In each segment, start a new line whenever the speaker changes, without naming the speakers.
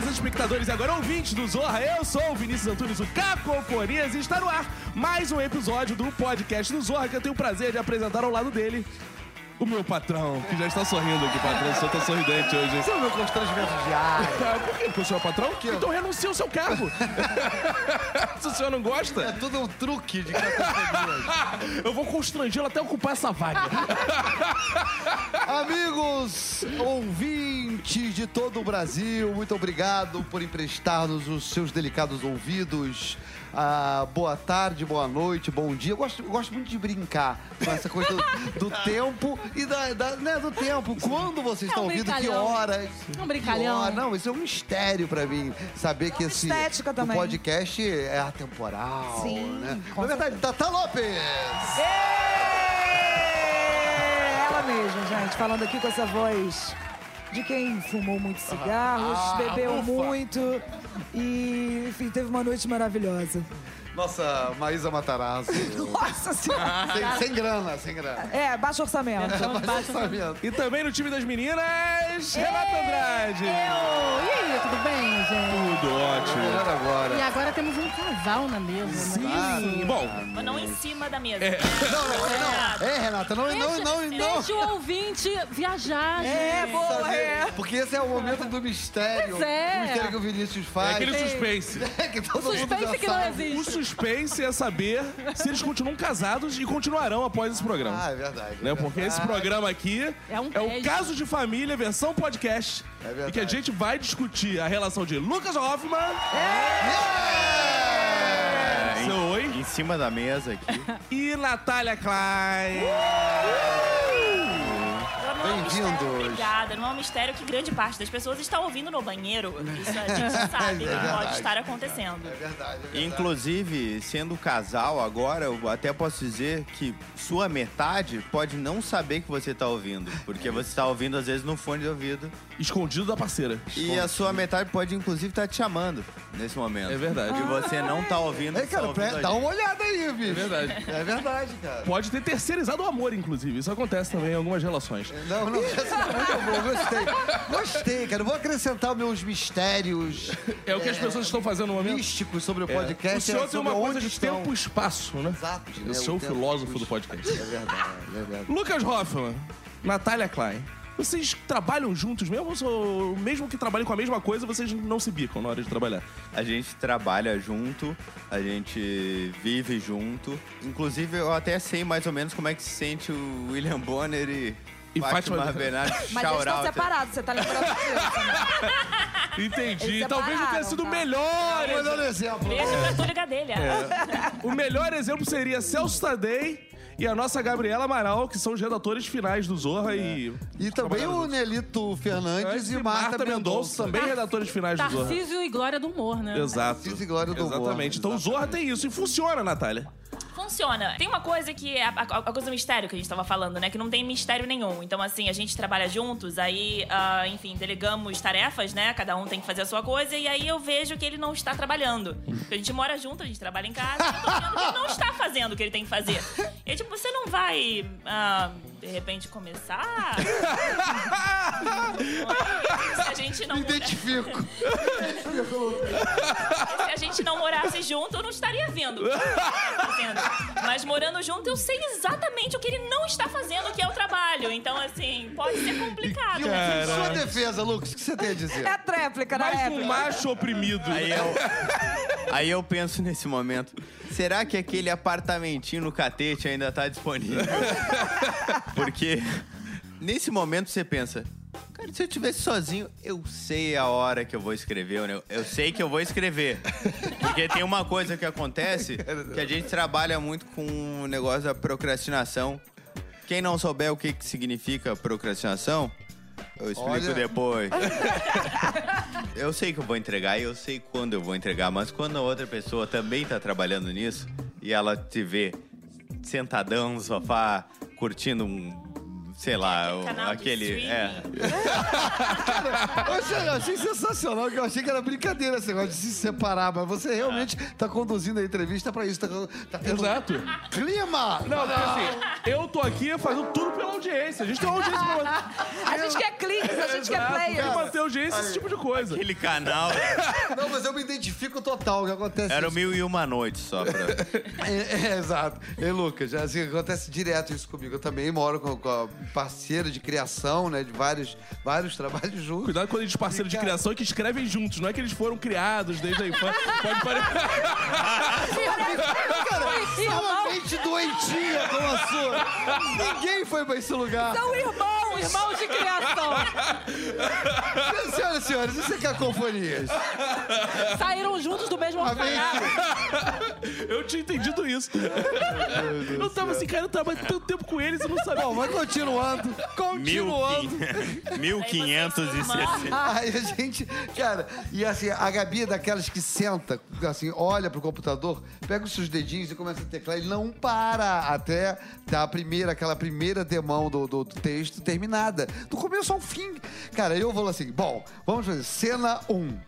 telespectadores e agora ouvintes do Zorra. Eu sou o Vinícius Antunes, o Cacofonias, e está no ar mais um episódio do podcast do Zorra, que eu tenho o prazer de apresentar ao lado dele. O meu patrão, que já está sorrindo aqui, patrão. O senhor tá sorridente hoje. hein?
Esse é o meu constrangimento diário.
Ah, Por quê? Porque o senhor é patrão? Então renuncia o seu cargo. Se o senhor não
É
gosta,
tudo um truque de categorias.
eu vou constrangê-lo até ocupar essa vaga.
Amigos, ouvintes de todo o Brasil, muito obrigado por emprestar-nos os seus delicados ouvidos. Ah, boa tarde, boa noite, bom dia. Eu gosto, eu gosto muito de brincar com essa coisa do, do tempo e da, da- né, do tempo. Quando vocês
É um
estão ouvindo, que
brincalhão.
horas.
É um brincalhão. É
que hora. Não, isso é um mistério pra mim. Saber que esse
estética
o
também.
podcast é atemporal.
Sim,
né?
com
Na verdade, Tata Lopes!
É Ela mesma, gente, falando aqui com essa voz de quem fumou muitos cigarros,
Ah,
bebeu muito e, enfim, teve uma noite maravilhosa.
Nossa, Maísa Matarazzo.
Nossa Senhora!
sem, sem grana, sem
Ah.
grana.
É, baixo orçamento.
Então
Mas eu sabia.
E também no time das meninas, Renata Andrade.
Eu! E aí, tudo bem, gente?
Tudo ótimo.
Melhor agora.
E agora temos um casal na mesa, né?
Sim. Bom,
Mas não em cima da mesa.
Não, não, não. É, Renata, não, não,
Deixa-
não, não.
Deixa o ouvinte viajar,
É,
gente.
boa, é.
Porque esse é o momento do mistério.
Pois é.
O mistério que o Vinícius
é
faz. É
aquele suspense.
que todo mundo já
Suspense que não
sabe.
O
existe.
suspense é saber se eles continuam casados e continuarão após esse programa.
Ah, é verdade.
Né? Porque esse programa aqui
É um
o
teste.
caso de família versão podcast.
É verdade.
e que a gente vai discutir a relação de Lucas Hoffman.
É,
Seu oi.
Em cima da mesa aqui.
E Natália Klein.
Ela não é um
Bem-vindos.
mistério, Obrigada. Não é um mistério que grande parte das pessoas está ouvindo no banheiro. Isso a gente sabe
É
que pode
verdade.
estar acontecendo.
É verdade, é verdade.
Inclusive, sendo um casal agora, eu até posso dizer que sua metade pode não saber que você tá ouvindo. Porque você tá ouvindo, às vezes, no fone de ouvido.
Escondido da parceira.
E a sua metade pode, inclusive, tá te chamando nesse momento.
É verdade.
E você não tá ouvindo.
Ei,
você tá
cara,
ouvindo a
dá
gente.
uma olhada aí, bicho. É
verdade.
É verdade, cara.
Pode ter terceirizado o amor, inclusive. Isso acontece também em algumas relações.
Não, não, essa foi muito boa, gostei. Gostei, cara. Vou acrescentar meus mistérios
É o que as pessoas estão fazendo no momento.
místicos sobre o
É.
podcast.
o senhor tem
sobre
uma coisa de
onde estão.
tempo e espaço, né?
Exato, né,
Eu sou o
tempo.
filósofo do podcast.
É verdade, é verdade.
Lucas Hoffman, Natália Klein. Vocês trabalham juntos mesmo? Ou mesmo que trabalhem com a mesma coisa, vocês não se bicam na hora de trabalhar?
A gente trabalha junto, a gente vive junto. Inclusive, eu até sei mais ou menos como é que se sente o William Bonner e,
E
Fátima,
Fátima-
Bernardes.
Mas eles estão
Shout-out.
separados, você tá lembrando disso.
Entendi.
Eles
Talvez não tenha
separaram,
sido o
tá?
melhor.
Vou dar um exemplo.
Beijo pra Túlio Gadelha.
É.
O melhor exemplo seria Celso Tadei e a nossa Gabriela Amaral, que são os redatores finais do Zorra
É.
e.
E também o
Trabalhadores.
Nelito Fernandes e Marta Mendonça.
também redatores finais do Zorra.
Tarcísio e Glória do Humor, né?
Exato.
Narciso e Glória do Humor.
Exatamente. Então o Zorra tem isso e funciona, Natália.
Funciona. Tem uma coisa que é a, a- a coisa do mistério que a gente tava falando, né? Que não tem mistério nenhum. Então, assim, a gente trabalha juntos, aí, ah, enfim, delegamos tarefas, né? Cada um tem que fazer a sua coisa, e aí eu vejo que ele não está trabalhando. Porque a gente mora junto, a gente trabalha em casa, e eu tô vendo que ele não está fazendo o que ele tem que fazer. E eu, tipo, você não vai, ah, de repente, começar? Tipo, Se a gente não.
Me identifico.
Se a gente não morasse junto, eu não estaria vendo. o que ele tá fazendo. Mas morando junto, eu sei exatamente o que ele não está fazendo, que é o trabalho. Então, assim, pode ser complicado.
Em
né?
sua defesa, Lucas, o que você tem a dizer?
É a tréplica, na
Mais um
época.
macho oprimido.
Aí eu, aí eu penso nesse momento, será que aquele apartamentinho no catete ainda tá disponível? Porque nesse momento você pensa, cara, se eu estivesse sozinho, eu sei a hora que eu vou escrever, né? Eu- Eu sei que eu vou escrever. Porque tem uma coisa que acontece, que a gente trabalha muito com o negócio da procrastinação. Quem não souber o que, que significa procrastinação, eu explico
Olha.
depois. Eu sei que eu vou entregar e eu sei quando eu vou entregar, mas quando a outra pessoa também tá trabalhando nisso e ela te vê sentadão no sofá, curtindo um sei lá,
Aquele
o-
canal de
aquele. É.
streaming.
Eu achei, eu achei sensacional, que eu achei que era brincadeira esse negócio de se separar, mas você realmente tá conduzindo a entrevista pra isso. Tá, tá tendo
Exato.
clima!
Não, porque assim, eu tô aqui fazendo tudo pela audiência. A gente tem uma audiência pra manter.
A gente quer cliques, a gente quer
Exato, tem que
players.
manter audiência, esse tipo de coisa.
Aquele canal
Não, mas eu me identifico total, o que acontece...
era o Mil e Uma Noite só pra.
É, é, exato. E Lucas, assim, acontece direto isso comigo. Eu também moro com, com a parceira de criação, né, de vários, vários trabalhos juntos.
Cuidado quando eles parceiros de criação é que escrevem juntos, não é que eles foram criados desde a infância. Pode parecer.
Cara,
Tá
somente doentia como a sua. Ninguém foi pra esse lugar.
São irmãos, irmãos de criação.
Senhoras e senhores, isso é cacofonias.
Saíram juntos do mesmo orfanato.
Amém.
Eu tinha entendido isso. Eu tava assim, cara, eu trabalho tanto tempo com eles e não sabia.
Bom, mas continuando,
Mil
continuando.
quin- mil quinhentos e sessenta.
Aí a gente, cara, e assim, a Gabi é daquelas que senta, assim, olha pro computador, pega os seus dedinhos e começa a teclar e não para até dar a primeira, aquela primeira demão do, do texto terminada. Do começo ao fim. Cara, eu vou lá assim, bom, vamos fazer cena 1. Um.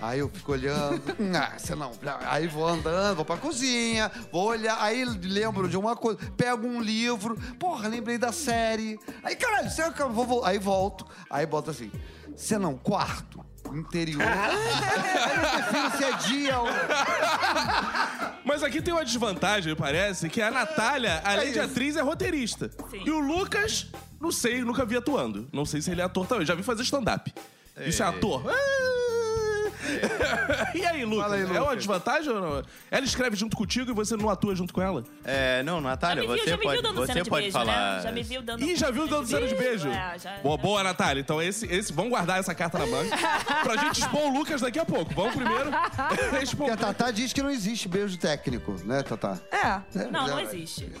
Aí eu fico olhando, hum, ah, você não. não. Aí vou andando, vou pra cozinha, vou olhar, aí lembro de uma coisa, pego um livro, porra, lembrei da série. Aí, caralho, você acabou, vou- aí volto, aí boto assim, você não, quarto, interior. aí eu defino se é dia ou.
Mas aqui tem uma desvantagem, parece, que a Natália, além de
isso.
atriz, é roteirista.
Sim.
E o Lucas, não sei, nunca vi atuando. Não sei se ele é ator também. Já vi fazer stand-up. Isso é ator. Ah! E aí, Lucas?
Fala aí,
É uma
Lucas.
desvantagem ou não? Ela escreve junto contigo e você não atua junto com ela?
É, não,
Já
Natália,
me viu,
você
já me viu
pode,
dando cena
você
de
pode
beijo,
falar.
né? Já me viu dando
Ih, já viu dando cena de beijo?
É, já-
boa, boa, Natália. Então, esse, esse, vamos guardar essa carta na banca pra gente expor o Lucas daqui a pouco. Vamos primeiro expor.
Porque a Tatá diz que não existe beijo técnico, né, Tatá?
É.
Não, não existe.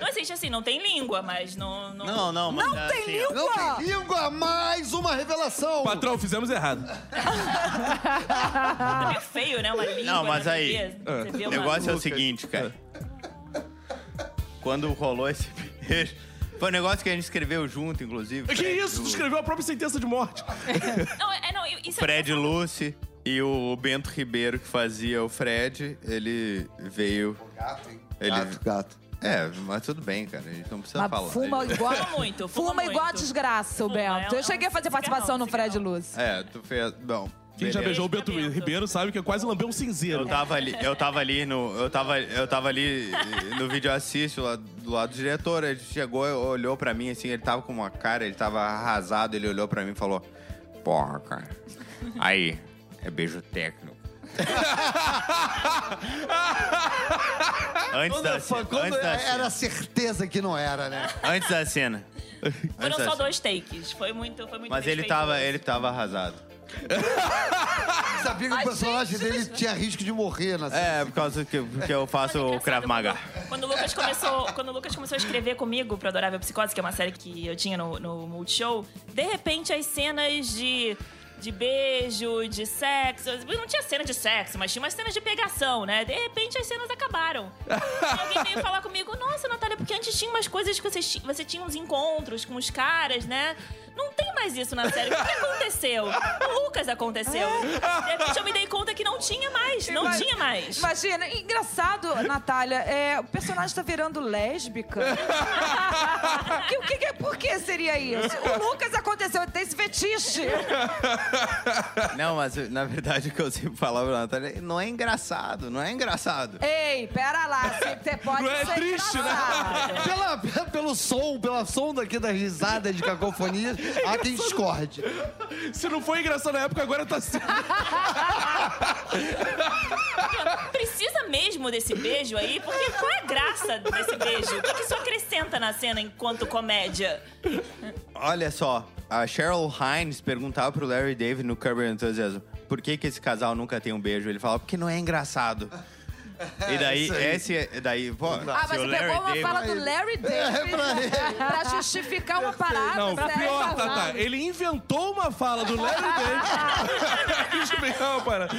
Não existe assim, não tem língua, mas não. não...
Não, não, mas. é assim,
Não tem
ó,
língua.
Não tem língua, mais uma revelação!
Patrão, fizemos errado.
É meio feio, né? Uma língua.
Não, mas
né?
aí,
Você vê- você vê
O
uma-
negócio é o seguinte, cara. Quando rolou esse beijo. Foi um negócio que a gente escreveu junto, inclusive.
Que
Fred
isso? Tu
Lu-
escreveu a própria sentença de morte.
Não, é, não, isso é-
Fred Luce e o Bento Ribeiro, que fazia o Fred, ele veio.
Gato, hein?
Ele-
Gato, gato.
É, mas tudo bem, cara. A gente não precisa falar.
Mas fuma igual.
Fuma muito, fuma
Fuma, igual a
muito.
desgraça, o
Fuma, é
Bento.
um- é
Eu
um
cheguei a fazer participação
cigarrão,
no Fred
cigarrão.
Luz.
É, tu fez. Bom.
Quem já
beleza.
beijou o Bento
Beijo, Bento.
Ribeiro sabe que é quase lamber um cinzeiro.
Eu tava ali, eu tava ali no. Eu tava, eu tava ali eh, no vídeo assiste lá do lado do diretor. Ele chegou, olhou pra mim assim, ele tava com uma cara, ele tava arrasado, ele olhou pra mim e falou: Porra, cara. Aí, é beijo técnico. antes, da, cena,
Quando
antes, da
era
cena,
certeza que não era, né?
antes da cena. Antes
Foram
da
só
cena.
dois takes. Foi muito, foi muito
é assim. Mas ele
respeitoso.
tava, ele tava arrasado.
Sabia que o personagem dele tinha risco de morrer na série.
É, por causa que, que eu faço o Krav Maga.
é Quando o Lucas começou, quando o Lucas começou a escrever comigo pra Adorável Psicose, que é uma série que eu tinha no, no Multishow, de repente as cenas de. De beijo, de sexo. Não tinha cena de sexo, mas tinha umas cenas de pegação, né? De repente as cenas acabaram. E alguém veio falar comigo, nossa, Natália, porque antes tinha umas coisas que vocês ti- você tinha uns encontros com os caras, né? Não tem mais isso na série. O que que aconteceu? O Lucas aconteceu. De repente eu me dei conta que não tinha mais. Não
Ima-
tinha mais.
Imagina, engraçado, Natália, é, o personagem tá virando lésbica. que, o que, que- por que seria isso? O Lucas aconteceu, ele tem esse fetiche.
Não, mas na verdade o que eu sempre falava pra Natália, não é engraçado, não é engraçado.
Ei, pera lá, se você pode
Não é
ser
triste, né?
engraçado.
Pela, pelo som, pela sonda aqui da risada de
É
cacofonia, há quem discorde.
Se não foi engraçado na época, agora tá sendo.
Precisa mesmo desse beijo aí? Porque qual é a graça desse beijo? O que, que isso acrescenta na cena enquanto comédia?
Olha só, a Cheryl Hines perguntava pro Larry David no Curb Your Enthusiasm por que, que esse casal nunca tem um beijo. Ele falava, porque não é engraçado. E daí,
isso aí.
esse é- daí, pô,
Ah, mas
seu
você pegou uma
Larry
fala
David-
do Larry Davis pra justificar uma parada.
É, Não,
pra
pior, tá?
falar.
Tata, ele inventou uma fala do Larry David. Deixa eu pegar uma parada.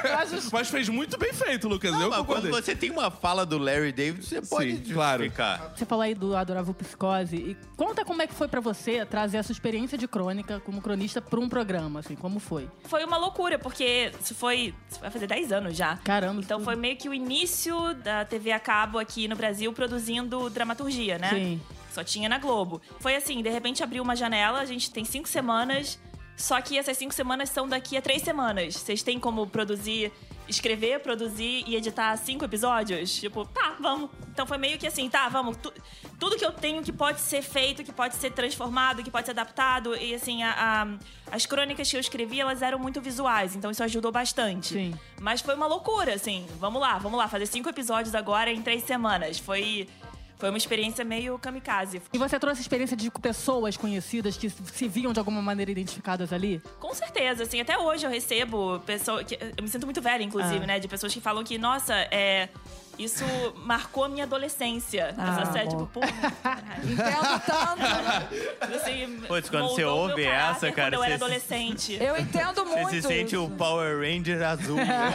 Pra justificar.
Mas fez muito bem feito, Lucas. eu
Mas quando
concordei.
você tem uma fala do Larry David, você pode
Sim, claro.
justificar.
Você falou aí do Adorava o Psicose. E conta como é que foi pra você trazer essa experiência de crônica como cronista pra um programa, assim, como foi?
Foi uma loucura, porque isso foi. Isso vai fazer 10 anos já.
Caramba.
Então foi meio que o início da TV a cabo aqui no Brasil produzindo dramaturgia, né?
Sim.
Só tinha na Globo. Foi assim, de repente abriu uma janela, a gente tem cinco semanas, só que essas cinco semanas são daqui a três semanas. Vocês têm como produzir, escrever, produzir e editar cinco episódios? Tipo, tá, vamos. Então foi meio que assim, tá, vamos. Tu- tudo que eu tenho que pode ser feito, que pode ser transformado, que pode ser adaptado. E assim, a- a- as crônicas que eu escrevi, elas eram muito visuais, então isso ajudou bastante.
Sim.
Mas foi uma loucura, assim. Vamos lá, vamos lá, fazer cinco episódios agora em três semanas. Foi. Foi uma experiência meio kamikaze.
E você trouxe a experiência de pessoas conhecidas que se viam de alguma maneira identificadas ali?
Com certeza, assim, até hoje eu recebo pessoas. Que, eu me sinto muito velha, inclusive,
Ah.
né? De pessoas que falam que, nossa, é. Isso marcou a minha adolescência.
Ah,
essa série, tipo,
amor.
pô,
Entendo tanto.
assim,
Putz, quando
moldou
você
meu
ouve
caráter
essa, cara,
Quando eu era
você-
adolescente.
Eu entendo muito.
Você se sente o
isso.
Power Ranger azul. né?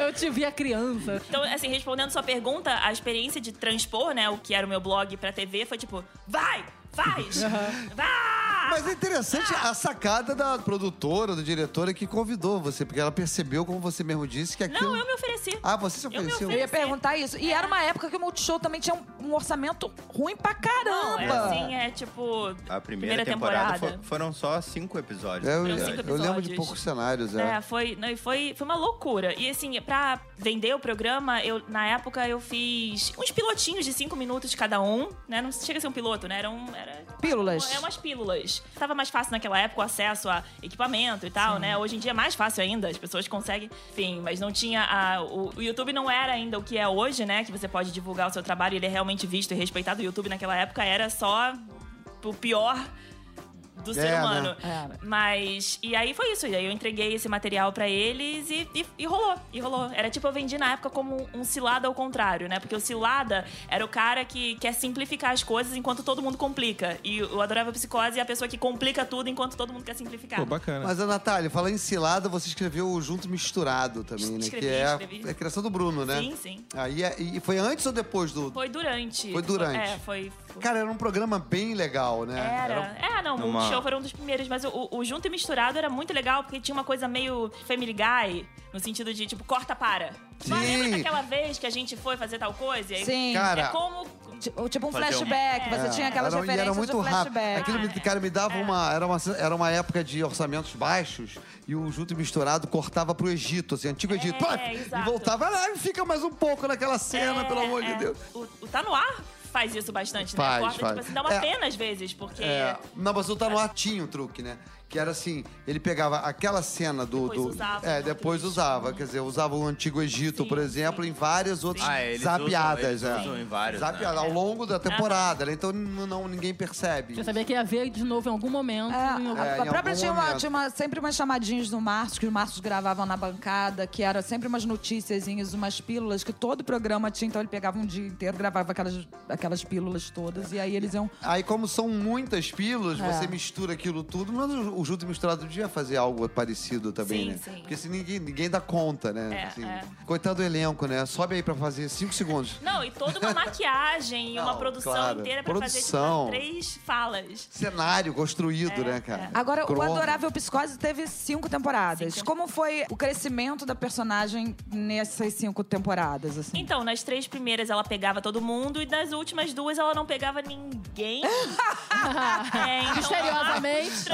Eu te vi a criança.
Então, assim, respondendo sua pergunta, a experiência de transpor, né, o que era o meu blog pra TV foi tipo, vai, faz, vai!
Mas é interessante a sacada da produtora, da diretora que convidou você, porque ela percebeu, como você mesmo disse, que aquilo.
Não, eu me ofereci.
Ah, você se
me
ofereceu.
Eu ia perguntar isso. E era uma época que o Multishow também tinha um, um orçamento ruim pra
Não, é
caramba.
assim, é tipo.
A primeira, temporada, fo- foram só cinco episódios.
Eu,
na
Foram
É verdade.
cinco
eu lembro de
episódios.
poucos cenários, é.
É, foi, não, e foi, foi uma loucura. E assim, pra vender o programa, eu, na época eu fiz uns pilotinhos de cinco minutos cada um, né? Não chega a ser um piloto, né? Era um, era
Pílulas.
É umas pílulas. Tava mais fácil naquela época o acesso a equipamento e tal, né? Hoje em dia é mais fácil ainda, as pessoas conseguem. Enfim, mas não tinha. a- o, o YouTube não era ainda o que é hoje, né? Que você pode divulgar o seu trabalho e ele é realmente visto e respeitado. O YouTube naquela época era só o pior do ser
É, né?
humano.
Era.
Mas. E aí foi isso. E aí eu entreguei esse material pra eles e, e, e rolou. E rolou. Era tipo, eu vendi na época como um cilada ao contrário, né? Porque o cilada era o cara que quer simplificar as coisas enquanto todo mundo complica. E o Adorável Psicose é a pessoa que complica tudo enquanto todo mundo quer simplificar.
Pô, bacana.
Mas a Natália, fala em cilada, você escreveu o Junto Misturado também, né?
Escrevi,
que é a,
escrevi.
é a criação do Bruno, né?
Sim, sim.
Aí, é- e foi antes ou depois do.
Foi durante.
Foi durante.
É, foi. foi-
Cara, era um programa bem legal, né?
Era. É, não,
Numa-
o show foi um dos primeiros, mas o- o, o Junto e Misturado era muito legal, porque tinha uma coisa meio Family Guy, no sentido de, tipo, corta para. Mas
Sim.
lembra daquela vez que a gente foi fazer tal coisa? E aí,
Sim.
Cara,
É como...
Ti- ou Tipo um
Fazer um-
flashback. Você
É,
tinha aquelas
era, e
referências
era muito
de
rápido.
flashback.
Aquilo, me- cara, me dava
É.
uma era, uma. era uma época de orçamentos baixos e o Junto e Misturado cortava pro Egito, assim, antigo Egito. Pá, e
É, exato.
voltava lá e fica mais um pouco naquela cena,
É,
pelo amor
é.
de Deus.
O, o Tá No Ar faz isso bastante,
Faz,
né? Corta,
faz.
tipo assim, dá uma
É.
pena às vezes, porque...
É, não, mas o Tá no Ar tinha um truque, né? Que era assim, ele pegava aquela cena do...
Depois
do-
usava
é,
em
depois
outros.
usava. Quer dizer, usava o Antigo Egito,
Sim,
por exemplo, em várias outras
Ah, eles usam-
zapiadas. é.
eles usam em vários, né?
Zapiadas, ao longo da temporada. né? Então não, não- ninguém percebe.
Você sabia que ia ver de novo em algum momento. em algum-
É,
É,
em
a própria
algum
tinha, uma,
momento.
tinha uma- sempre umas chamadinhas do Marcos, que os Marcos gravavam na bancada, que era sempre umas noticiazinhas, umas pílulas, que todo programa tinha. Então ele pegava um dia inteiro, gravava aquelas, aquelas pílulas todas, e aí eles iam...
Aí, como são muitas pílulas,
É.
você mistura aquilo tudo, mas o, o Junto e Misturado devia fazer algo parecido também,
Sim,
né?
sim.
Porque assim, ninguém, ninguém dá conta, né?
É,
Assim,
é.
Coitado do elenco, né? Sobe aí pra fazer cinco segundos.
Não, e toda uma maquiagem e
Não,
uma produção
claro.
inteira pra
Produção.
fazer, tipo, três falas.
Cenário construído, né, cara?
é. Agora, o
Crono.
Adorável Psicose teve cinco temporadas.
Cinco.
Como foi o crescimento da personagem nessas cinco temporadas, assim?
Então, nas três primeiras ela pegava todo mundo e nas últimas duas ela não pegava ninguém. é, então,
Misteriosamente.
É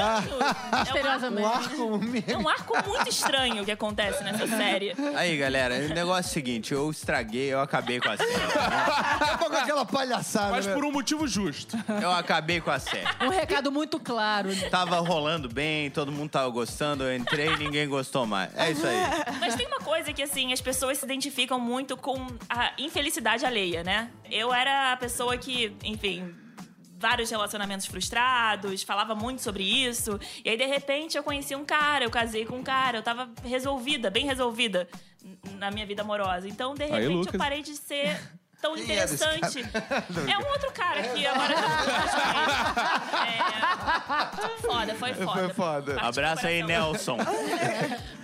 um arco estranho.
Um
Misteriosamente.
arco
É um, ar- é um arco muito estranho que acontece nessa série.
Aí, galera, o negócio é o seguinte, eu estraguei, eu acabei com a série.
Acaba com é aquela palhaçada.
Mas
né?
por um motivo justo.
Eu acabei com a série.
Um recado muito claro.
Tava rolando bem, todo mundo tava gostando, eu entrei e ninguém gostou mais. É isso aí.
Mas tem uma coisa que, assim, as pessoas se identificam muito com a infelicidade alheia, né? Eu era a pessoa que, enfim. vários relacionamentos frustrados, falava muito sobre isso. E aí, de repente, eu conheci um cara, eu casei com um cara, eu tava resolvida, bem resolvida n- na minha vida amorosa. Então, de repente,
Lucas.
eu parei de ser. Tão
Quem era esse
interessante. É, um outro cara aqui, agora que eu não é, Foda, foi foda.
Foi foda.
Partiu
Abraço aí,
coração.
Nelson.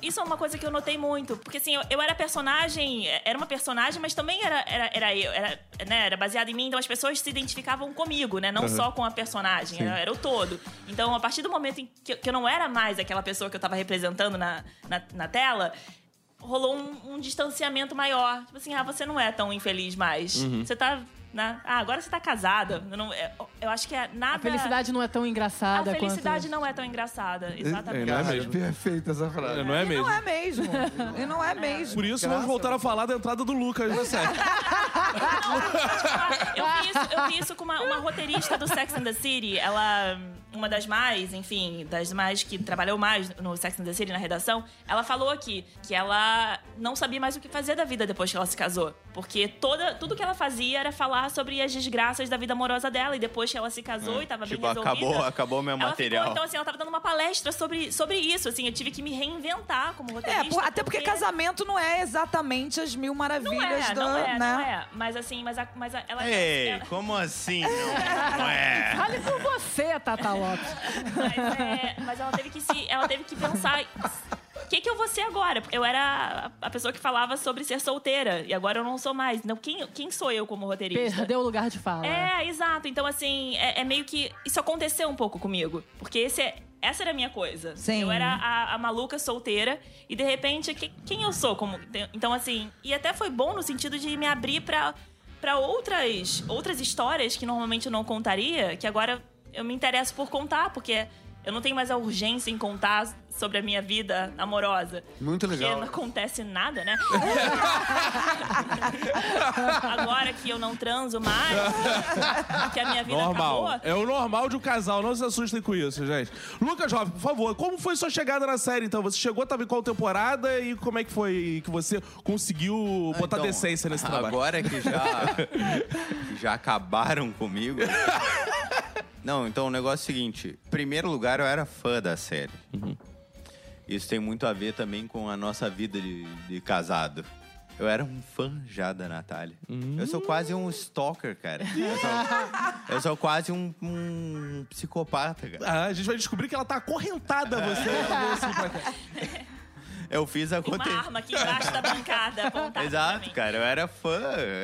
Isso é uma coisa que eu notei muito. Porque, assim, eu, eu era personagem... Era uma personagem, mas também era, era, era eu. Era, né, era baseado em mim. Então, as pessoas se identificavam comigo, né? Não
Uhum.
só com a personagem. né, Era, era o todo. Então, a partir do momento em que, eu- que eu não era mais aquela pessoa que eu tava representando na, na, na tela... Rolou um, um distanciamento maior. Tipo assim, ah, você não é tão infeliz mais.
Uhum.
Você tá... né? Ah, agora você tá casada. Eu, não- eu- eu acho que é nada...
A felicidade não é tão engraçada
A felicidade
quanto...
não é tão engraçada.
é,
Exatamente.
não é
Cara,
mesmo.
perfeita essa
É,
frase.
Não é
E
mesmo.
não é mesmo. E não é mesmo.
Por isso, vamos voltar a falar da entrada do Lucas no set.
Eu vi isso, eu vi isso com uma, uma roteirista do Sex and the City. Ela, uma das mais, enfim, das mais que trabalhou mais no Sex and the City na redação, ela falou aqui que ela não sabia mais o que fazer da vida depois que ela se casou. Porque toda, tudo que ela fazia era falar sobre as desgraças da vida amorosa dela. E depois que ela se casou e tava
Tipo,
bem resolvida...
acabou, acabou meu
ela
material.
Ficou, então, assim, ela tava dando uma palestra sobre, sobre isso, assim. Eu tive que me reinventar como
É,
roteirista.
por- até porque casamento não é exatamente as mil
Não
maravilhas
é,
da.
não
né?
é, não é. Mas assim, mas, a, mas a- ela...
Ei,
ela-
como assim? Não, não é.
Fale por você, Tata Lopes.
Mas, é, mas ela teve que se, ela teve que pensar. O que, que eu vou ser agora? Porque Eu era a a pessoa que falava sobre ser solteira e agora eu não sou mais. Então, quem, quem sou eu como roteirista?
Perdeu o lugar de fala.
É, exato. Então, assim, é, é meio que. Isso aconteceu um pouco comigo. Porque esse é- essa era a minha coisa.
Sim.
Eu era a, a maluca solteira e, de repente, que- quem eu sou? Como, então, assim. E até foi bom no sentido de me abrir pra, pra outras, outras histórias que normalmente eu não contaria, que agora eu me interesso por contar, porque. Eu não tenho mais a urgência em contar sobre a minha vida amorosa.
Muito
Porque
legal.
não acontece nada, né? Agora que eu não transo mais, que a minha vida
Normal.
acabou.
É o normal de um casal, não se assustem com isso, gente. Lucas Jovem, por favor, como foi sua chegada na série, então? Você chegou, tava em qual temporada e como é que foi que você conseguiu
Ah,
botar
Então,
decência nesse trabalho?
Agora que já, que já acabaram comigo. Não, então o negócio é o seguinte: em primeiro lugar, eu era fã da série. Isso tem muito a ver também com a nossa vida de, de casado. Eu era um fã já da Natália. Eu sou quase um stalker, cara. Eu sou, eu sou quase um, um psicopata, cara.
Ah, a gente vai descobrir que ela tá acorrentada a
É.
você. Ela veio assim pra cá.
Eu fiz
Tem uma
acontecer.
arma aqui embaixo da bancada apontada. pra
Exato,
mim.
cara. Eu era fã.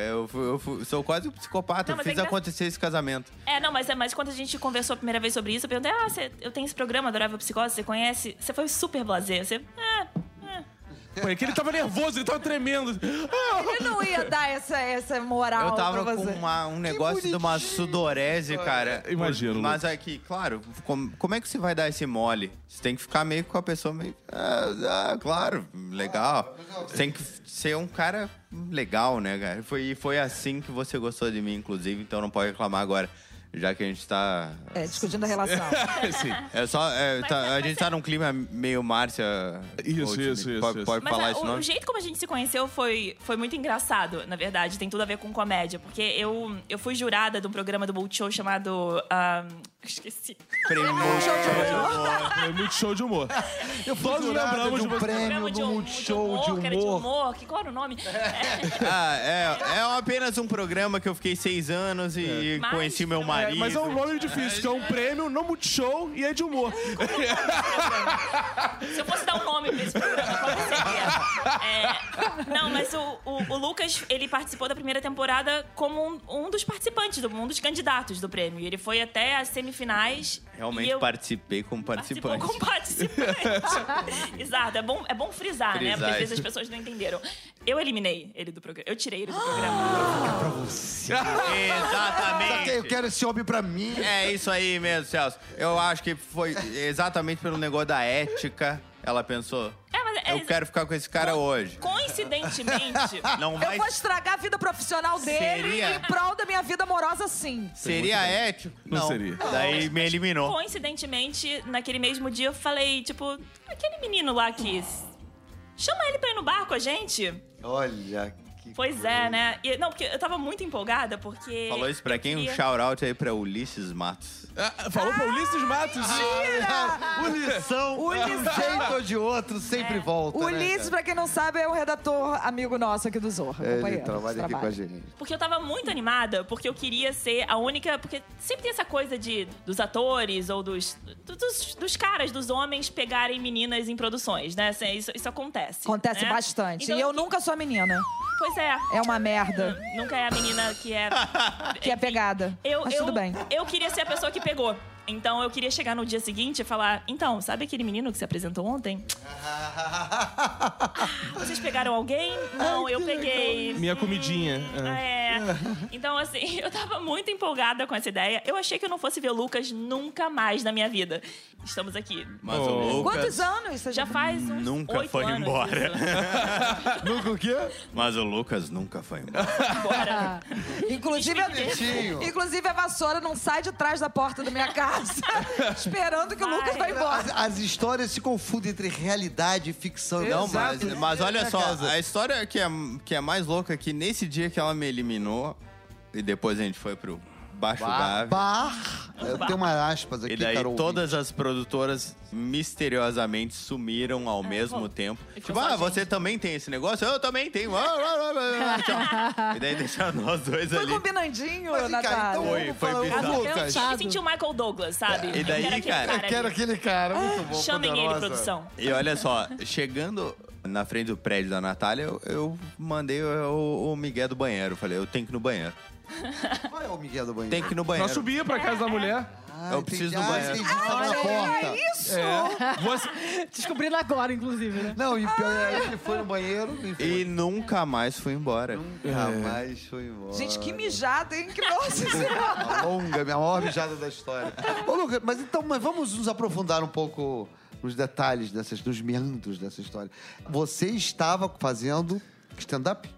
Eu, fu- eu fu- sou quase um psicopata.
Não,
eu
mas é
fiz
engra-
acontecer esse casamento.
É, não, mas, é- mas quando a gente conversou a primeira vez sobre isso, eu perguntei: ah, você- eu tenho esse programa, Adorável Psicose, você conhece? Você foi super blazer. Você. Ah, ah.
Pô, é que ele tava nervoso, ele tava tremendo. Ah,
é.
Ele não ia dar essa, essa moral
Eu
Ah, pra
tava com
você.
uma- um negócio de uma sudorese, cara.
Imagino,
Mas aqui, claro, com- como é que você vai dar esse mole? Você tem que ficar meio com a pessoa meio. Ah, ah, claro, legal. Você tem que ser um cara legal, né, cara? Foi, foi assim que você gostou de mim, inclusive, então não pode reclamar agora, já que a gente tá.
É, discutindo a relação.
Sim.
É só. é,
Mas-
tá- a
mas-
gente tá num clima meio Márcia.
Isso,
Gold,
isso,
né?
isso,
Pode,
isso.
pode
Mas
falar
a-
esse
o, o
nome?
jeito como a gente se conheceu foi, foi muito engraçado, na verdade. Tem tudo a ver com comédia. Porque eu, eu fui jurada de um programa do Multishow chamado. ah, esqueci.
Prêmio.
Foi Ah, é muito show de humor.
Eu fui
Todos
jurado
lembramos
de
de
um
você.
prêmio
Programa
do Multishow de
que era de
humor.
humor. Que, qual era o nome? É,
Ah, é, é apenas um programa que eu fiquei seis anos e
Mas-
conheci meu
É,
marido.
mas é um nome difícil, que é um prêmio no Multishow e é de humor.
se eu fosse dar um nome pra esse programa, qual que seria? É, não, mas o, o- o Lucas, ele participou da primeira temporada como um, um dos participantes, do, um dos candidatos do prêmio. E ele foi até as semifinais.
Realmente
e eu-
participei como
Participou
participante.
como participante. Exato, é bom, é bom frisar, né? Porque
Frisar
às vezes as
isso.
pessoas não entenderam. Eu eliminei ele do programa. Eu tirei ele do programa.
Eu
Exatamente.
quero esse homem pra mim.
É isso aí mesmo, Celso. Eu acho que foi exatamente pelo negócio da ética. Ela pensou,
É, mas é-
eu quero ficar com esse cara hoje.
Coincidentemente,
Não
Eu
vai...
vou estragar a vida profissional dele
Seria?
em prol da minha vida amorosa, sim.
Seria ético?
Não seria.
Daí me eliminou.
coincidentemente, naquele mesmo dia eu falei, tipo, aquele menino lá que. Chama ele pra ir no bar com a gente.
Olha, Que
Pois é, né? E- não, porque eu tava muito empolgada, porque.
Falou isso pra
eu
quem? Um
queria-
shout-out aí pra Ulisses Matos.
Ah, falou pra Ulisses Matos.
Ah, Ulição, de um
Ulição.
jeito ou de outro, sempre volta.
O
né, cara?
Ulisses, pra quem não sabe, é um redator amigo nosso aqui do Zorra.
É, Ele
companheiro,
trabalha aqui com a gente.
Porque eu tava muito animada, porque eu queria ser a única. Porque sempre tem essa coisa de dos atores ou dos. do- Dos, dos caras, dos homens pegarem meninas em produções, né? Assim, Isso, isso acontece.
Acontece
né?
bastante.
Então,
e eu
que-
nunca sou a menina.
Pois é.
É uma merda
Nunca é a menina que é.
que é pegada.
Eu,
Mas
eu,
tudo bem.
eu queria ser a pessoa que pegou. Então eu queria chegar no dia seguinte e falar: então, sabe aquele menino que se apresentou ontem? Vocês pegaram alguém? Não, eu peguei.
Minha comidinha.
Ah,
Ah.
É. Então, assim, eu tava muito empolgada com essa ideia. Eu achei que eu não fosse ver o Lucas nunca mais na minha vida. Estamos aqui.
Mas
Oh.
o Lucas...
Quantos anos você
Já faz uns
Nunca
oito
foi
anos
embora.
isso.
Nunca o quê?
Mas o Lucas nunca foi um. embora.
Embora.
Inclusive,
Bonitinho.
inclusive, a vassoura não sai de trás da porta da minha casa, esperando que o
Vai.
Lucas vá embora.
As, as histórias se confundem entre realidade e ficção. né?
Não,
Exato.
mas, mas olha só,
Casa.
a história que é, que é mais louca é que nesse dia que ela me eliminou, e depois a gente foi pro Baixo
Bar.
Gávea,
bar. Eu tenho umas aspas aqui,
e daí
cara, ouvinte.
todas as produtoras misteriosamente sumiram ao mesmo
rolou.
tempo.
É, E
Tipo,
ficou só
ah,
a gente."
você também tem esse negócio? Eu também tenho. Ah, ah, ah, ah, tchau. e daí deixaram nós dois
Foi
ali.
combinandinho,
Mas, vem cá,
Natália.
então
Foi,
vamos
foi
falar
bizarro.
o Lucas.
Eu me senti o Michael Douglas, sabe?
É, E daí,
Eu quero aquele
cara,
cara
Eu quero
ali.
aquele cara, muito bom,
Chamem ele,
poderosa.
produção.
E olha só, chegando na frente do prédio da Natália, eu, eu mandei o, o Miguel do banheiro. Falei, eu tenho que ir no banheiro.
Qual é o Miguel do banheiro?
Tem que ir no
Pra
banheiro.
subir pra casa da mulher.
Ah,
eu preciso
entendi.
no
Ah,
banheiro.
entendi, tá na porta.
Isso!
É. Você-
Descobrindo agora, inclusive, né?
Não, e pior é, ele foi no banheiro e
E É.
foi.
nunca mais fui embora.
Jamais foi embora.
Gente, que mijada, hein? Que nossa senhora!
A longa, minha maior mijada da história. Ô, Lucas, mas então, mas vamos nos aprofundar um pouco nos detalhes dessas, dos meandros dessa história. Você estava fazendo stand-up?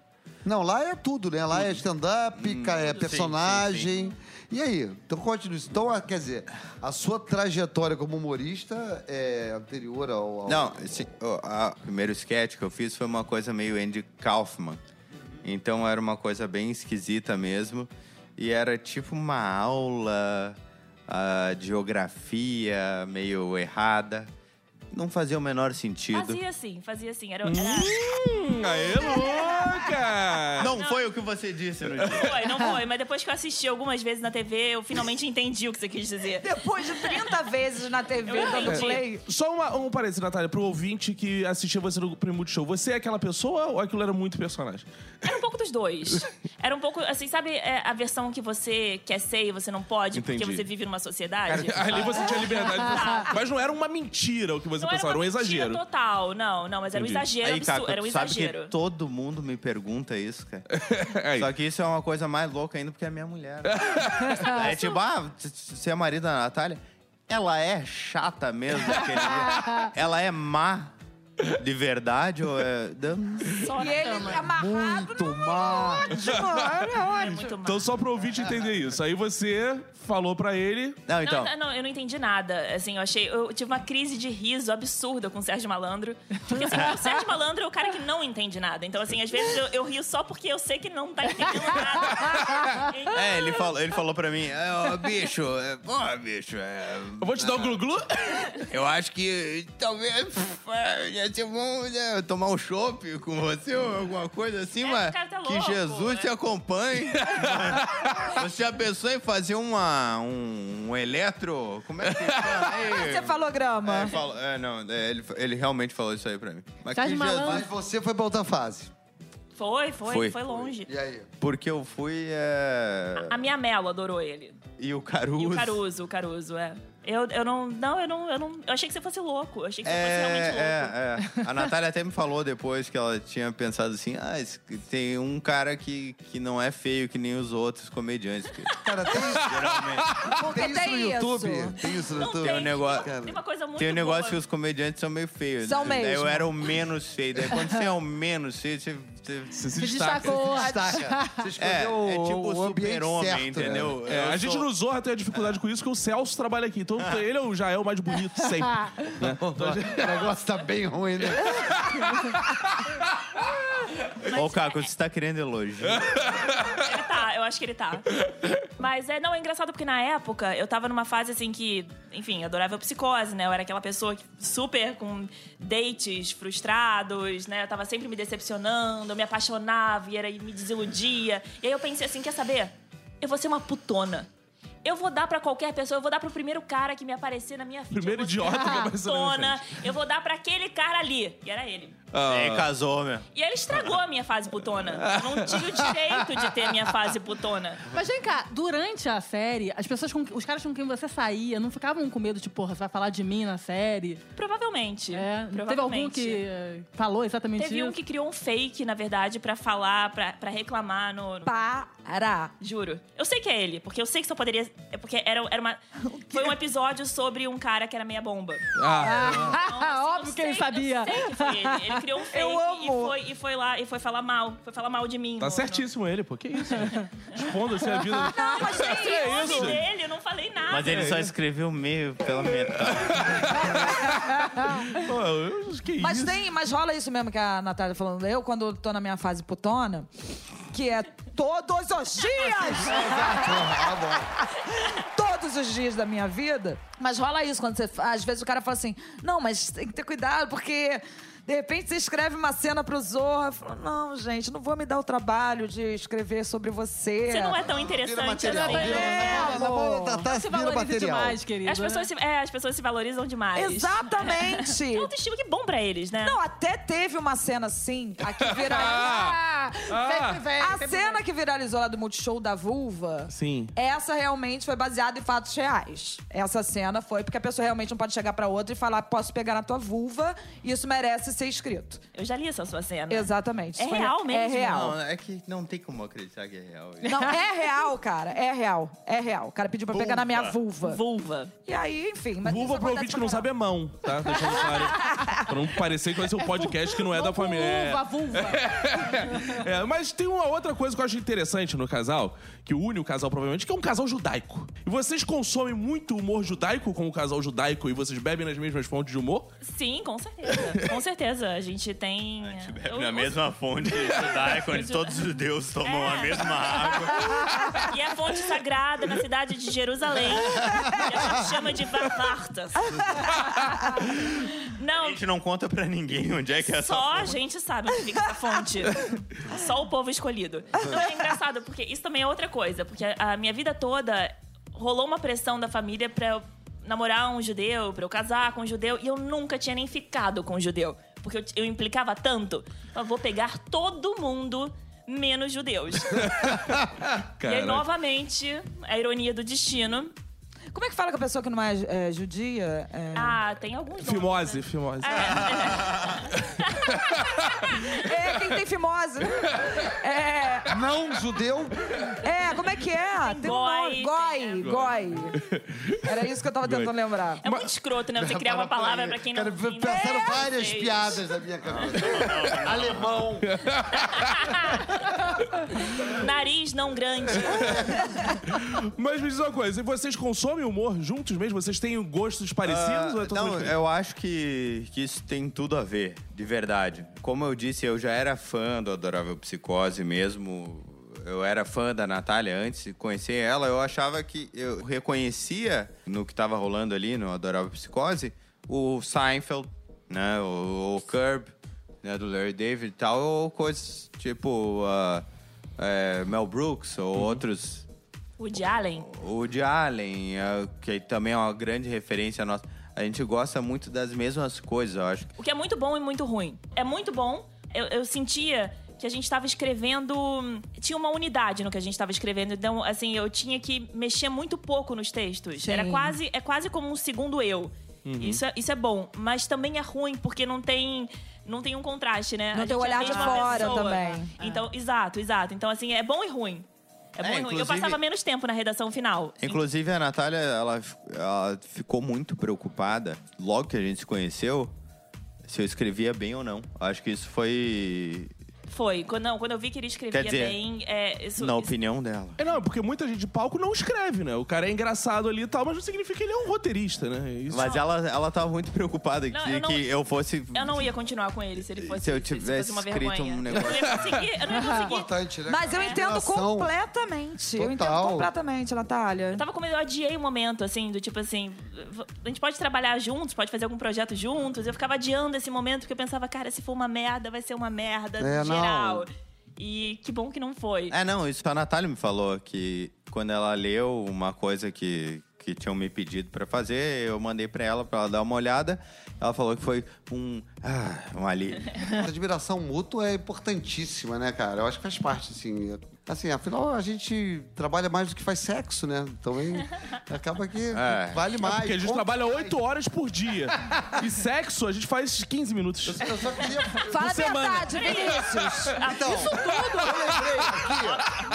Não, lá é tudo, né? Lá é stand-up,
Hum,
ca- é personagem. E aí? Então continue. isso. Então, ah, quer dizer, a sua trajetória como humorista é anterior ao. ao-
Não, esse- o a- o primeiro sketch que eu fiz foi uma coisa meio Andy Kaufman. Então era uma coisa bem esquisita mesmo. E era tipo uma aula ah, de geografia meio errada. Não fazia o menor sentido.
Fazia assim, fazia assim. Era, era-
Hum, Aê, louca!
Não foi o que você disse no dia.
Não foi, não foi. Mas depois que eu assisti algumas vezes na TV, eu finalmente entendi o que você quis dizer.
Depois de 30 vezes na TV
Eu
dando
entendi.
play.
Só uma, um parênteses, Natália, pro ouvinte que assistia você no Primo de Show. Você é aquela pessoa ou aquilo era muito personagem?
Era um pouco dos dois. Era um pouco, assim, sabe é, a versão que você quer ser e você não pode porque
Entendi.
você vive numa sociedade?
Ali você tinha liberdade. Mas não era uma mentira o que você
não era
pensava, era um
uma mentira
exagero.
total, não, não, mas era um
Entendi.
exagero
Aí,
absurdo,
Caco,
era um
tu sabe
exagero.
que todo mundo me pergunta isso, cara.
Aí.
Só que isso é uma coisa mais louca ainda, porque é minha mulher. é tipo, ah, c- c- você é marido da Natália? Ela é chata mesmo, aquele dia. Ela é má de verdade ou é... Eu não sei.
Só
E
na
ele é
cama.
amarrado
Muito mal.
ótimo, era
Era
ótimo.
muito mal.
Então, só pro ouvinte entender isso. Aí você falou pra ele.
Não, então...
Não, não, eu não entendi nada. Assim, eu achei. Eu tive uma crise de riso absurda com o Sérgio Malandro. Porque assim, o Sérgio Malandro é o cara que não entende nada. Então, assim, às vezes eu, eu rio só porque eu sei que ele não tá entendendo nada. Então, E-
É, ele falou, ele falou pra mim, "É, ó, bicho, é, ó, bicho, é,
Eu vou te dar um glu-glu.
eu acho que talvez é, ia ser bom né, tomar um chopp com você ou alguma coisa assim,
É,
mas
o cara tá
que
louco,
Jesus
é.
te acompanhe. você já pensou em fazer uma, um, um eletro... Como é que fala? Aí- É,
Encefalograma.
ele falou- é, não, é, ele, ele realmente falou isso aí pra mim. Mas
Tá de malandro.
Mas você foi pra outra fase.
Foi, foi,
Foi.
foi, longe.
E aí?
Porque eu fui. é,
A minha Melo adorou ele.
E o Caruso.
E o Caruso, o Caruso, é. Eu, eu não. Não, eu não, eu não. Eu achei que você fosse louco. Eu achei que você fosse realmente louco.
É, é, é. A Natália até me falou depois que ela tinha pensado assim: ah, esse- tem um cara que, que não é feio que nem os outros comediantes. que
Cara, tem
Porque
Tem isso no
tem
YouTube?
isso.
Tem isso no
Não
YouTube?
Tem um negócio.
Tem uma coisa muito
Tem um negócio que
boa.
os comediantes são meio feios. né?
São
Daí
mesmo.
Eu era o menos feio. Daí quando você é o menos feio, você. você-
Se destacou.
Destaca. Você escolheu
é, é tipo
o,
o
ambiente certo,
super-homem,
né?
entendeu?
É,
Eu
a gente
sou-
no Zorra tem a dificuldade com isso, porque o Celso trabalha aqui. Então ele é o- já é o mais bonito sempre.
O negócio tá bem ruim, né?
mas-
Ô, Caco, você tá querendo elogio.
Ele tá, eu acho que ele tá. Mas é, não, é engraçado porque na época eu tava numa fase assim que, enfim, adorável psicose, né? Eu era aquela pessoa que super com dates frustrados, né? Eu tava sempre me decepcionando, eu me apaixonava e era, e me desiludia. E aí eu pensei assim: quer saber? Eu vou ser uma putona. Eu vou dar pra qualquer pessoa, eu vou dar pro primeiro cara que me aparecer na minha frente.
Primeiro
eu vou ser
idiota que
uma
apareceu na minha
putona, Eu vou dar pra aquele cara ali. E era ele.
Ah.
É, casou, meu.
E ele estragou a minha fase putona. Eu não tive o direito de ter minha fase putona.
Mas vem cá, durante a série, as pessoas com, os caras com quem você saía não ficavam com medo de, porra, você vai falar de mim na série?
Provavelmente.
É,
provavelmente.
teve algum que eh, falou exatamente
Teve
isso?
um que criou um fake, na verdade, pra falar, pra, pra reclamar no. no-
Para!
Juro. Eu sei que é ele, porque eu sei que só poderia. É porque era, era uma. Foi um episódio sobre um cara que era meia bomba. Então, assim,
Ah,
Eu
Óbvio que
sei-
ele sabia.
Eu sei que foi ele. Ele criou um fake
Eu
E,
amo.
foi, e foi lá e foi falar mal. Foi falar mal de mim.
tá
no-
certíssimo ele, pô. Que isso? gente? Expondo-se a vida.
no- Mas tem
É
o
isso.
nome dele, eu não falei nada.
Mas ele só escreveu meio pela metade.
Pô, eu- que
Mas
isso?
tem, mas rola isso mesmo que a Natália falando. Eu, quando tô na minha fase putona, que é todos os
É.
dias!
Ah, bom.
todos os dias da minha vida. Mas rola isso quando você. Às vezes o cara fala assim: não, mas tem que ter cuidado, porque. De repente você escreve uma cena pro Zorra. Eu falo, não, gente, não vou me dar o trabalho de escrever sobre você.
Você não é tão
Vira
interessante
material.
assim.
Vira material. Tá Na mão da Tatá,
Se
vira
valoriza
material.
demais, querida.
As pessoas, se, é, as pessoas se valorizam demais.
Exatamente!
É autoestima que é bom pra eles, né?
Não, até teve uma cena assim, a que viralizou.
Ah, ah,
é,
a cena que viralizou lá do Multishow da Vulva.
Sim.
Essa realmente foi baseada em fatos reais. Essa cena foi porque a pessoa realmente não pode chegar pra outra e falar: posso pegar na tua vulva, isso merece ser escrito.
Eu já li essa sua
né?
cena.
Exatamente.
É
Isso foi-
real
É
mesmo?
real.
Não, é que não tem como acreditar que é real. isso.
Não, é real, cara. É real. É real. O cara pediu pra eu pegar na minha vulva.
Vulva.
E aí, enfim. Mas
Vulva
isso
pro
acontece
ouvinte que
pra
não sabe
caralho.
é mão, tá? Deixando claro. pra não parecer que vai ser um podcast que não é da família. É.
Vulva, vulva.
É, mas tem uma outra coisa que eu acho interessante no casal, que une o casal provavelmente, que é um casal judaico. E vocês consomem muito humor judaico com o casal judaico e vocês bebem nas mesmas fontes de humor?
Sim, com certeza. com certeza. A gente tem.
A gente
Eu- É.
bebe É na mesma fonte judaica, onde todos os deuses tomam a mesma água.
E é fonte sagrada na cidade de Jerusalém. que a gente chama de Bavartas.
A
Não,
gente não conta pra ninguém onde é que é essa
Só a
fonte.
gente sabe onde fica essa fonte. É Só o povo escolhido. Não é engraçado, porque isso também é outra coisa. Porque a- a minha vida toda rolou uma pressão da família pra eu namorar um judeu, pra eu casar com um judeu. E eu nunca tinha nem ficado com um judeu. Porque eu, t- eu implicava tanto. Então, Eu vou pegar todo mundo... Menos judeus. E aí,
Caraca.
novamente, a ironia do destino.
Como é que fala com a pessoa que não é, é, judia? É...
Ah, tem alguns. nomes,
Fimose, fimose.
É, quem tem fimose. né? É,
Não um judeu,
é, como é que é? Tem um nome. Goi, goi. Era isso que eu tava tentando lembrar.
É muito escroto, né? Você criar uma palavra pra quem não.
Cara,
quem não-
Passaram várias
Sei.
piadas na minha cabeça. Alemão.
Nariz não grande.
Mas me diz uma coisa, e vocês consomem humor juntos mesmo? Vocês têm gostos parecidos? ou é
Ah,
totalmente
não,
diferente?
eu acho que, que isso tem tudo a ver, de verdade. Como eu disse, eu já era fã do Adorável Psicose mesmo. Eu era fã da Natália antes de conhecer ela. Eu achava que eu reconhecia no que tava rolando ali no Adorável Psicose o Seinfeld, né? O, o Curb, né? Do Larry David e tal, ou coisas tipo ah, eh, Mel Brooks ou
Uhum.
outros
O de Allen.
o de Allen, é, que também é uma grande referência nossa. A gente gosta muito das mesmas coisas, eu acho.
O que é muito bom e muito ruim. É muito bom. Eu, eu sentia que a gente estava escrevendo. Tinha uma unidade no que a gente estava escrevendo. Então, assim, eu tinha que mexer muito pouco nos textos.
Sim.
Era quase, é quase como um segundo eu.
Uhum.
Isso, é, isso é bom, mas também é ruim, porque não tem. Não tem um contraste, né?
Não
A
tem o
gente é a
olhar de
mesma
fora
pessoa.
também. É.
Então, exato, exato. Então, assim, é bom e ruim. É bom
É,
e ruim. Eu
inclusive-
passava menos tempo na redação final.
Inclusive, a Natália, ela, f- ela ficou muito preocupada logo que a gente se conheceu se eu escrevia bem ou não. Acho que isso foi.
Foi. Quando, não, quando eu vi que ele escrevia
Quer dizer,
bem. É, isso,
Na
isso-
opinião dela.
É, não, é porque muita gente de palco não escreve, né? O cara é engraçado ali e tal, mas não significa que ele é um roteirista, né? Isso.
Mas ela, ela tava muito preocupada
Não,
que,
eu não-
que eu fosse.
Eu não ia continuar com ele se ele fosse,
Se eu
fosse
tivesse
uma
escrito
vergonha.
um
Eu não ia conseguir. Eu não ia conseguir.
Importante, né?
Mas eu
cara?
entendo
Relação.
completamente. Eu entendo
Total.
completamente, Natália.
Eu tava com medo, eu adiei o momento, assim, do tipo assim, v- a gente pode trabalhar juntos, pode fazer algum projeto juntos. Eu ficava adiando esse momento, porque eu pensava, cara, se for uma merda, vai ser uma merda
É, não.
geral. E que bom que não foi.
É, não, isso a Natália me falou que quando ela leu uma coisa que, que tinham me pedido pra fazer, eu mandei pra ela pra ela dar uma olhada. Ela falou que foi um. Ah, um alívio.
Essa admiração mútua é importantíssima, né, cara? Eu acho que faz parte, assim. Assim, afinal, a gente trabalha mais do que faz sexo, né? Então hein, acaba que
É.
vale mais.
Porque a gente
Conta-
trabalha 8 horas por dia. e sexo a gente faz 15 minutos.
Eu só queria.
Fala a
semana.
verdade, Vinícius.
Então, Isso tudo! aqui.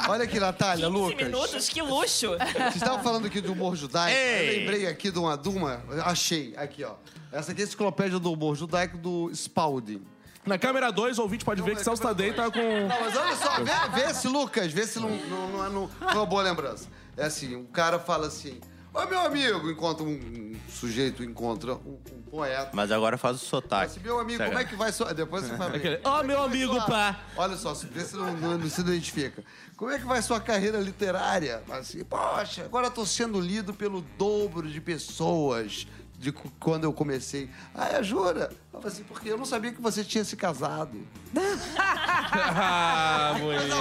Olha aqui, Natália,
15
Lucas.
minutos, que luxo!
Vocês estavam falando aqui do humor judaico.
Ei!
Eu lembrei aqui de uma, de uma. Achei, aqui, ó. Essa aqui é a enciclopédia do humor judaico do Spalding.
Na câmera 2, o ouvinte pode ver que Celso Tadei tá com.
Não, mas olha só, vê, vê se, Lucas, vê se não, não, não, é- não foi uma boa lembrança. É assim, um cara fala assim, ô meu amigo, encontra um, um sujeito, encontra um, um poeta.
Mas agora faz o
Fala
sotaque.
Assim, meu amigo,
Saca?
como é que vai soar? Depois você vai
Aquele,
ver.
"Ó, meu amigo, pá."
Olha só, vê se não, não- não se identifica. Como é que vai sua carreira literária? Assim, poxa, agora eu tô sendo lido pelo dobro de pessoas de cu- quando eu comecei. Ah, é, jura? Eu falei assim, porque eu não sabia que você tinha se casado.
Ah, bonito.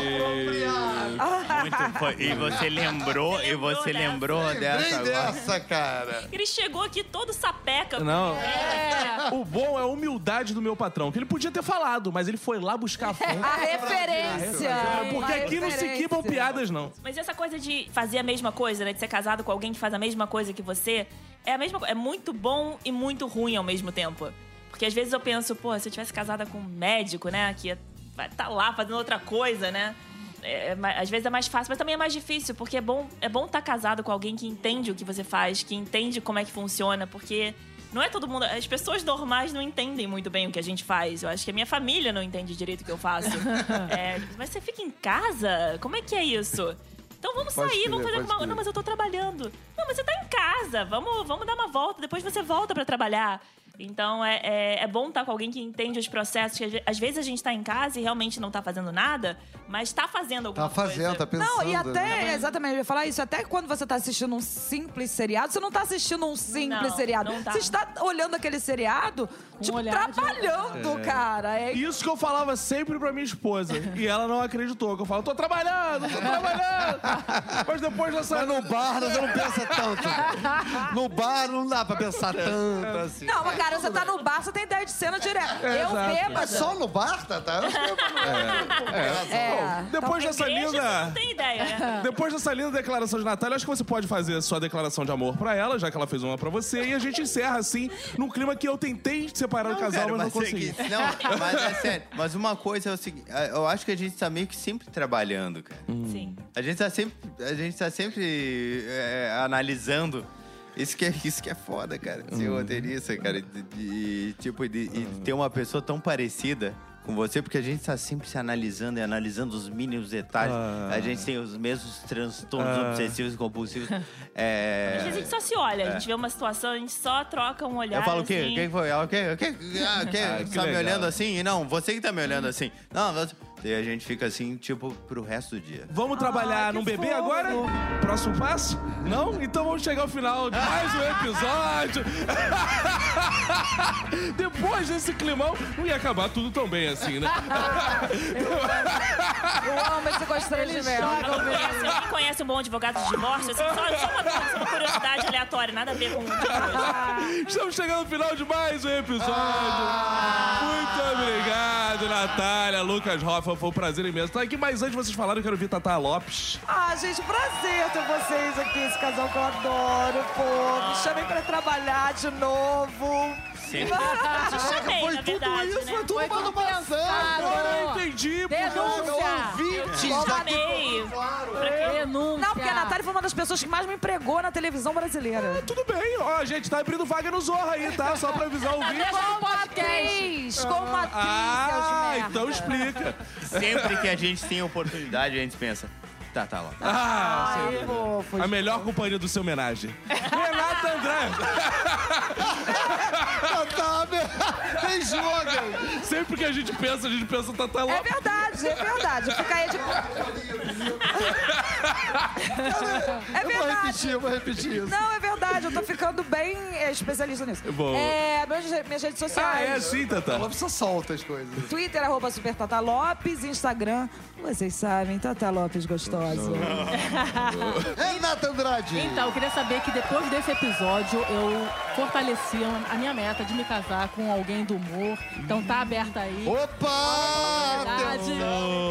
Muito foi. E você lembrou, e você lembrou
Lembrei
dessa agora.
dessa, cara.
Ele chegou aqui todo sapeca.
Não. O bom é a humildade do meu patrão, que ele podia ter falado, mas ele foi lá buscar a fonte.
A referência.
Porque
Uma
aqui não se
referência.
quibam piadas, não.
Mas essa coisa de fazer a mesma coisa, né? De ser casado com alguém que faz a mesma coisa que você, é a mesma co- É muito bom e muito ruim ao mesmo tempo. Porque às vezes eu penso, pô, se eu tivesse casada com um médico, né? Que ia- vai estar lá fazendo outra coisa, né? É, é ma- às vezes é mais fácil, mas também é mais difícil, porque é bom é bom estar casado com alguém que entende o que você faz, que entende como é que funciona, porque não é todo mundo. As pessoas normais não entendem muito bem o que a gente faz. Eu acho que a minha família não entende direito o que eu faço. É, mas você fica em casa? Como é que é isso? Então vamos
Pode
sair,
escrever,
vamos fazer
pode
alguma coisa.
escrever.
Não, mas eu tô trabalhando. Não, mas você tá em casa. Vamos, vamos dar uma volta, depois você volta pra trabalhar. Então é, é, é bom estar com alguém que entende os processos, que às ve- às vezes a gente tá em casa e realmente não tá fazendo nada, mas tá fazendo alguma
Tá fazendo,
coisa.
tá pensando.
Não, e até,
né?
exatamente, eu ia falar isso, até quando você tá assistindo um simples seriado, você não tá assistindo um simples
Não,
seriado.
não tá.
Você está olhando aquele seriado, tipo,
olhar de-
trabalhando, cara. É
Isso que eu falava sempre pra minha esposa. E ela não acreditou. Que eu falo, tô trabalhando, tô trabalhando. Mas depois dessa.
Mas no bar você não pensa tanto. No bar não dá pra pensar tanto assim.
Não, mas cara, você tá no bar, você tem ideia de cena direto. eu
exato.
Mas
bêbada.
só no bar, tá? tá? Eu sei, mas não é.
É,
Depois
Igreja,
dessa
você não
linda.
tem ideia, né?
Depois dessa linda declaração de Natália, acho que você pode fazer a sua declaração de amor pra ela, já que ela fez uma pra você, e a gente encerra assim, num clima que eu tentei separar o casal,
cara,
mas não
é
consegui.
que- não, mas é sério. Mas uma coisa é o seguinte: eu acho que a gente tá meio que sempre trabalhando, cara.
Hum.
Sim.
A gente tá sempre, a gente tá sempre é, analisando. Isso que, é, isso que é foda, cara. de
Hum.
Ser roteirista, cara. de- de- tipo, de, e ter uma pessoa tão parecida com você, porque a gente tá sempre se analisando e analisando os mínimos detalhes.
Ah.
A gente tem os mesmos transtornos
Ah.
obsessivos e compulsivos. É,
Às vezes a gente só se olha, a gente vê uma situação, a gente só troca um olhar.
eu falo o quê?
assim.
Quem foi? Ah, o quê? O quê? Ah, o quê?
Ah, que
tá me
legal.
olhando assim? Não, você que tá me olhando assim. Não, você... E a gente fica assim, tipo, pro resto do dia.
Vamos trabalhar
que
num bebê
fofo.
agora? Próximo passo? Não? Então vamos chegar ao final de mais um episódio. Depois desse climão, não ia acabar tudo tão bem assim, né?
eu amo esse constrangimento.
Alguém conhece- Alguém conhece um bom advogado de divórcio? Assim, só, só, uma, só uma curiosidade aleatória, nada a ver com. tipo,
Estamos chegando ao final de mais um episódio. Muito obrigado, Natália, Lucas Hoffa. Foi um prazer imenso estar aqui. Mas antes de vocês falaram, eu quero ouvir Tatá Lopes.
Ah, gente, prazer ter vocês aqui, esse casal que eu adoro, pô. Me
Ah.
chamem pra trabalhar de novo.
Eu chamei,
Foi
na
tudo
verdade.
isso,
né?
foi tudo uma
pensado.
manubação.
Agora eu entendi.
Denúncia!
Ouvintes
Amei.
daqui. Claro.
Denúncia!
Não,
Tá.
porque a Natália foi uma das pessoas que mais me empregou na televisão brasileira.
Tudo bem. Ó, a gente tá abrindo vaga no Zorra aí, tá?
um
Só pra avisar o vídeo.
Como atriz, é como atriz,
Ah,
seus merda.
então explica.
Sempre que a gente tem oportunidade, a gente pensa. Tá, tá lá.
Ah,
Ai,
sim.
fofo.
a melhor companhia do seu homenagem. Renata André,
né? Tem slogan!
sempre que a gente pensa, a gente pensa Tata
É
Lopes.
verdade, é verdade. Fica aí de. É
Eu vou
verdade.
repetir, eu vou repetir isso.
Não, é verdade. Eu tô ficando bem é, especialista nisso.
Boa.
É, meus- minhas redes
Ah, é
sociais.
sim,
A
Tata.
Lopes só solta as coisas.
Twitter, arroba Super Tata Lopes. Instagram, vocês sabem, Tata Lopes gostosa.
É, Renata Andrade!
Então, eu queria saber que depois desse episódio eu fortaleci a minha meta de me casar com alguém do humor. Então tá aberta aí.
Opa!
Verdade,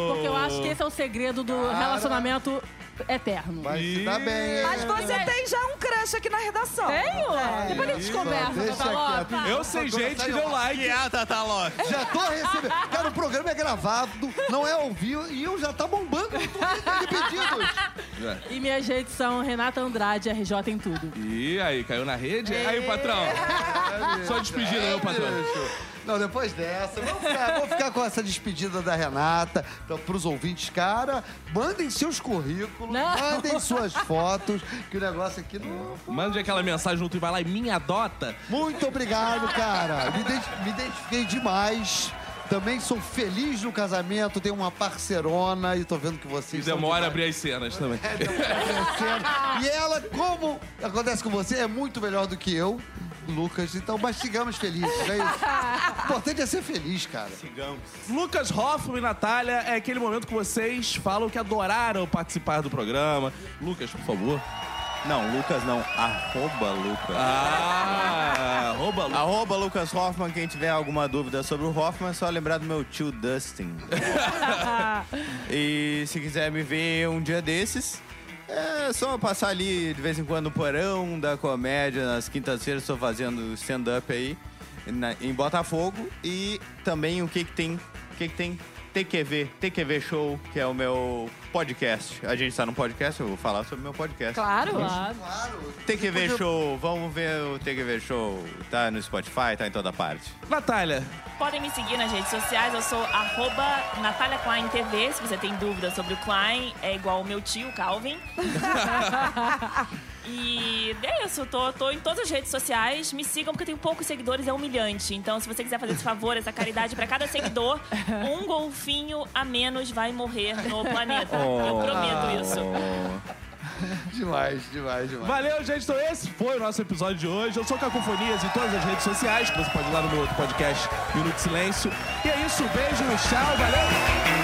porque eu acho que esse é o segredo do relacionamento eterno.
Vai se dar bem, hein?
Mas você tem já um crush aqui na redação. É.
Tenho! Depois a gente
isso,
conversa, tá
deixa
Tata
quieto.
Lopes.
Eu sei gente que deu like.
Que é a Tata Lopes?
Já tô recebendo. Cara, o programa é gravado, não é ao vivo, e eu já tá bombando no Twitter de pedidos.
E minhas redes são Renata Andrade, RJ em tudo.
Ih, aí, caiu na rede? Aí, patrão. Só despedida,
É,
meu patrão.
Não, depois dessa, vou ficar, vou ficar com essa despedida da Renata. Então, pros ouvintes, cara, mandem seus currículos,
Não.
mandem suas fotos, que o negócio aqui não.
Mande aquela mensagem junto e vai lá e me adota.
Muito obrigado, cara. Me, ident- me identifiquei demais. Também sou feliz no casamento, tenho uma parcerona e tô vendo que
E
vocês. são
demora a
demais.
abrir as cenas também.
E ela, como acontece com você, é muito melhor do que eu, Lucas. Então, mas sigamos felizes, é isso. O importante é ser feliz, cara.
Lucas Hoffman e Natália, é aquele momento que vocês falam que adoraram participar do programa. Lucas, por favor.
Não, Lucas não. Arroba Lucas.
Ah, arroba Lucas.
Arroba Lucas Hoffman, quem tiver alguma dúvida sobre o Hoffman, é só lembrar do meu tio Dustin. e se quiser me ver um dia desses, é só passar ali de vez em quando no porão da comédia. Nas quintas-feiras estou fazendo stand-up aí na- em Botafogo. E também o que que tem? O que que tem? TQV, TQV Show, que é o meu podcast. A gente está no podcast, eu vou falar sobre o meu podcast.
Claro.
Claro.
TQV Show, vamos ver o TQV Show. Tá no Spotify, tá em toda parte.
Natália,
Podem me seguir nas redes sociais, eu sou arroba Natália Klein TV, se você tem dúvida sobre o Klein, é igual o meu tio, Calvin. e é isso, tô, tô em todas as redes sociais, me sigam porque eu tenho poucos seguidores, é humilhante. Então, se você quiser fazer esse favor, essa caridade pra cada seguidor, um golfinho a menos vai morrer no planeta. Eu prometo isso.
Demais, demais, demais.
valeu, gente. Então, esse foi o nosso episódio de hoje. Eu sou Cacofonias em todas as redes sociais, que você pode ir lá no meu outro podcast, Minuto de Silêncio. E é isso, beijo, tchau, valeu.